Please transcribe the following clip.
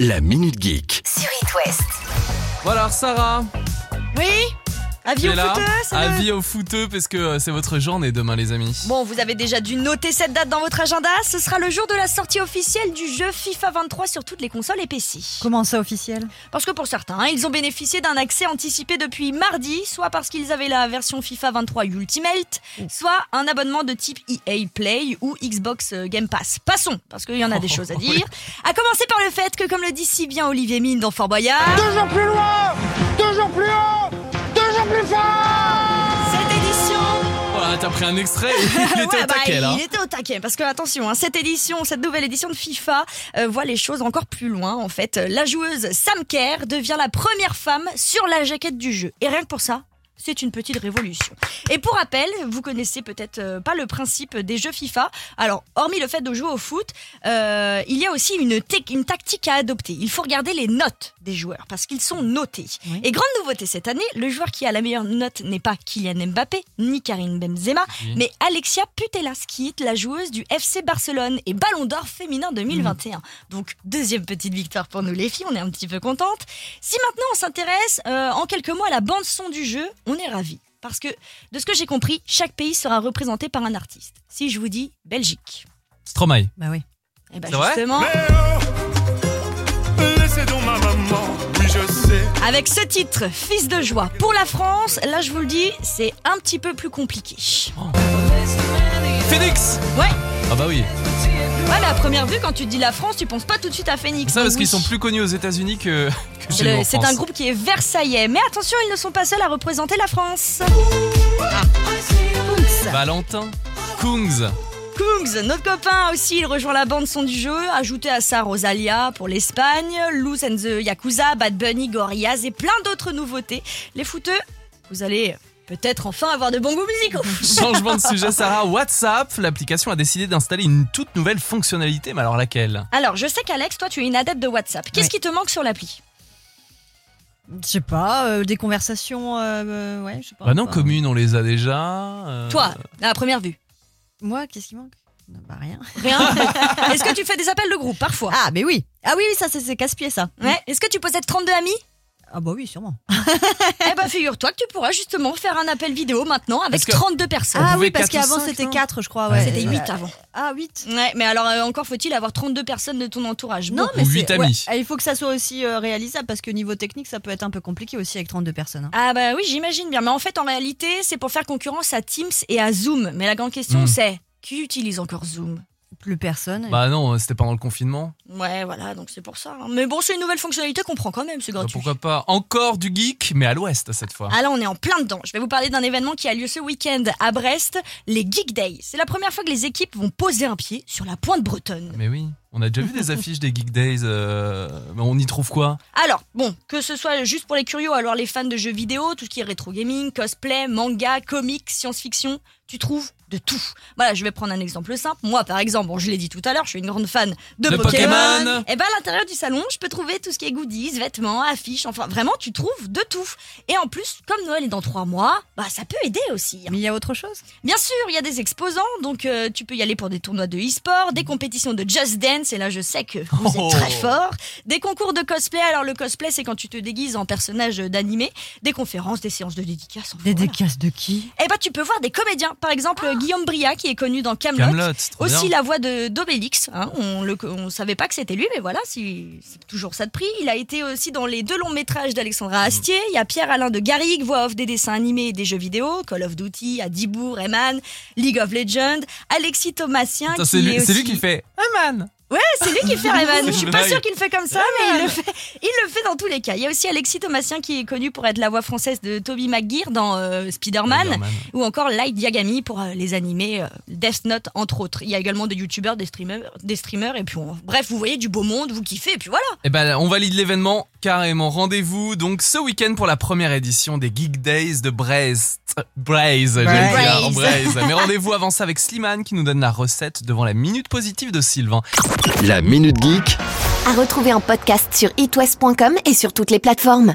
La Minute Geek. sur It West. Voilà, Sarah, Oui Avis qui au est là. footeux, c'est le- Avis au footeux, parce que euh, c'est votre journée demain, les amis. Bon, vous avez déjà dû noter cette date dans votre agenda. Ce sera le jour de la sortie officielle du jeu FIFA 23 sur toutes les consoles et PC. Comment ça officiel Parce que pour certains, hein, ils ont bénéficié d'un accès anticipé depuis mardi, soit parce qu'ils avaient la version FIFA 23 Ultimate, soit un abonnement de type EA Play ou Xbox euh, Game Pass. Passons, parce qu'il y en a Oh, des choses à dire. À commencer par le fait que, comme le dit si bien Olivier Mine dans Fort Boyard, toujours plus loin, toujours plus haut, toujours plus fort cette édition Voilà, t'as pris un extrait, il était Ouais, bah, au taquet, là. il était au taquet, parce que attention, hein, cette édition, cette nouvelle édition de FIFA euh, voit les choses encore plus loin. En fait, la joueuse Sam Kerr devient la première femme sur la jaquette du jeu. Et rien que pour ça. C'est une petite révolution. Et pour rappel, vous connaissez peut-être euh, pas le principe des jeux FIFA. Alors, hormis le fait de jouer au foot, euh, il y a aussi une, tec- une tactique à adopter. Il faut regarder les notes des joueurs parce qu'ils sont notés. Oui. Et grande nouveauté cette année, le joueur qui a la meilleure note n'est pas Kylian Mbappé ni Karim Benzema, Oui. mais Alexia Putelas, qui est la joueuse du FC Barcelone et Ballon d'Or féminin Mm. 2021. Donc, deuxième petite victoire pour nous les filles, on est un petit peu contentes. Si maintenant on s'intéresse euh, en quelques mots à la bande-son du jeu, on est ravis. Parce que, de ce que j'ai compris, chaque pays sera représenté par un artiste. Si je vous dis Belgique, Stromae. Bah oui. eh ben C'est vrai justement, oh, Laissez donc ma maman, oui je sais. avec ce titre, Fils de joie, pour la France, là je vous le dis, c'est un petit peu plus compliqué. Oh. Phoenix Ouais, Ah bah oui. ouais, mais à première vue, quand tu dis la France, tu penses pas tout de suite à Phoenix. Ça, parce mais qu'ils oui. sont plus connus aux États-Unis que, que chez Le- nous en C'est France. un groupe qui est versaillais, mais attention, ils ne sont pas seuls à représenter la France. Ah. Kungs. Valentin, Kungs, Kungs, notre copain aussi, il rejoint la bande son du jeu. Ajouté à ça Rosalia pour l'Espagne, Loose and the Yakuza, Bad Bunny, Gorillaz et plein d'autres nouveautés. Les fouteux, vous allez peut-être enfin avoir de bons goûts musicaux. Changement de sujet, Sarah. WhatsApp, l'application a décidé d'installer une toute nouvelle fonctionnalité, mais alors laquelle Alors, je sais qu'Alex, toi, tu es une adepte de WhatsApp. Qu'est-ce Ouais. qui te manque sur l'appli Je sais pas, euh, des conversations, euh, euh, ouais, je sais pas. Bah non, Enfin, commune, on les a déjà. euh, Toi, à première vue. Moi, qu'est-ce qui manque Non, Bah rien. Rien. Est-ce que tu fais des appels de groupe parfois Ah, mais oui. Ah oui, oui, ça c'est c'est casse-pied ça. Ouais. Est-ce que tu possèdes 32 amis Ah bah oui, sûrement. Eh ben figure-toi que tu pourras justement faire un appel vidéo maintenant avec Parce que- 32 personnes. Ah pouvez oui, parce quatre ou qu'avant cinq, c'était non 4, je crois. Ouais, Ouais. C'était Ouais. 8 avant. Ah, 8 Ouais, mais alors euh, encore faut-il avoir 32 personnes de ton entourage. Non, Bon. mais Ou c'est- huit amis. ouais, Ah, Il faut que ça soit aussi euh, réalisable parce que niveau technique, ça peut être un peu compliqué aussi avec 32 personnes. hein. Ah bah oui, j'imagine bien. Mais en fait, en réalité, c'est pour faire concurrence à Teams et à Zoom. Mais la grande question, Mm. c'est qui utilise encore Zoom Plus personne. Bah non, c'était pendant le confinement. Ouais, voilà, donc c'est pour ça. hein. Mais bon, c'est une nouvelle fonctionnalité qu'on prend quand même, c'est Bah, gratuit. pourquoi pas Encore du geek, mais à l'ouest cette fois. Ah là, on est en plein dedans. Je vais vous parler d'un événement qui a lieu ce week-end à Brest, les Geek Days. C'est la première fois que les équipes vont poser un pied sur la pointe bretonne. Mais oui, on a déjà vu des affiches des Geek Days. euh, mais on y trouve quoi Alors, bon, que ce soit juste pour les curieux, alors les fans de jeux vidéo, tout ce qui est rétro gaming, cosplay, manga, comics, science-fiction, tu trouves de tout. Voilà, je vais prendre un exemple simple. Moi, par exemple, bon, je l'ai dit tout à l'heure, je suis une grande fan de De Pokémon. Pokémon. Et ben, à l'intérieur du salon, je peux trouver tout ce qui est goodies, vêtements, affiches, enfin, vraiment, tu trouves de tout. Et en plus, comme Noël est dans trois mois, bah, ça peut aider aussi. hein. Mais il y a autre chose Bien sûr, il y a des exposants, donc euh, tu peux y aller pour des tournois de e-sport, des compétitions de Just Dance, et là je sais que vous Oh. êtes très fort, des concours de cosplay, alors le cosplay c'est quand tu te déguises en personnage d'animé, des conférences, des séances de dédicaces, enfin, Des voilà. décasses de qui Et bah tu peux voir des comédiens, par exemple Guillaume Bria qui est connu dans Camelot. Camelot, trop Aussi bien. la voix de d'Obélix, hein, on le on savait pas que c'était lui, mais voilà, si, c'est toujours ça de prix. Il a été aussi dans les deux longs métrages Mm. d'Alexandra Astier. Il y a Pierre-Alain de Garrigue, voix off des dessins animés et des jeux vidéo, Call of Duty, Adibou, Rayman, League of Legends, Alexis Thomasien. Attends, qui C'est lui, est c'est lui aussi- qui fait. Ah man Ouais, c'est lui qui fait Rayman. Je suis pas Dingue. sûre qu'il le fait comme ça, mais il le fait. Il le fait dans tous les cas. Il y a aussi Alexis Thomasien qui est connu pour être la voix française de Toby McGuire dans euh, Spider-Man Spider-Man. ou encore Light Yagami pour euh, les animés euh, Death Note entre autres. Il y a également des youtubeurs, des streamers, des streamers et puis on- bref, vous voyez du beau monde, vous kiffez et puis voilà. Eh ben, on valide l'événement carrément. Rendez-vous donc ce week-end pour la première édition des Geek Days de Brest. Braise, je vais le dire, en Braise. Mais rendez-vous avant ça avec Slimane qui nous donne la recette devant la minute positive de Sylvain. La Minute Geek À retrouver en podcast sur itwest.com et sur toutes les plateformes.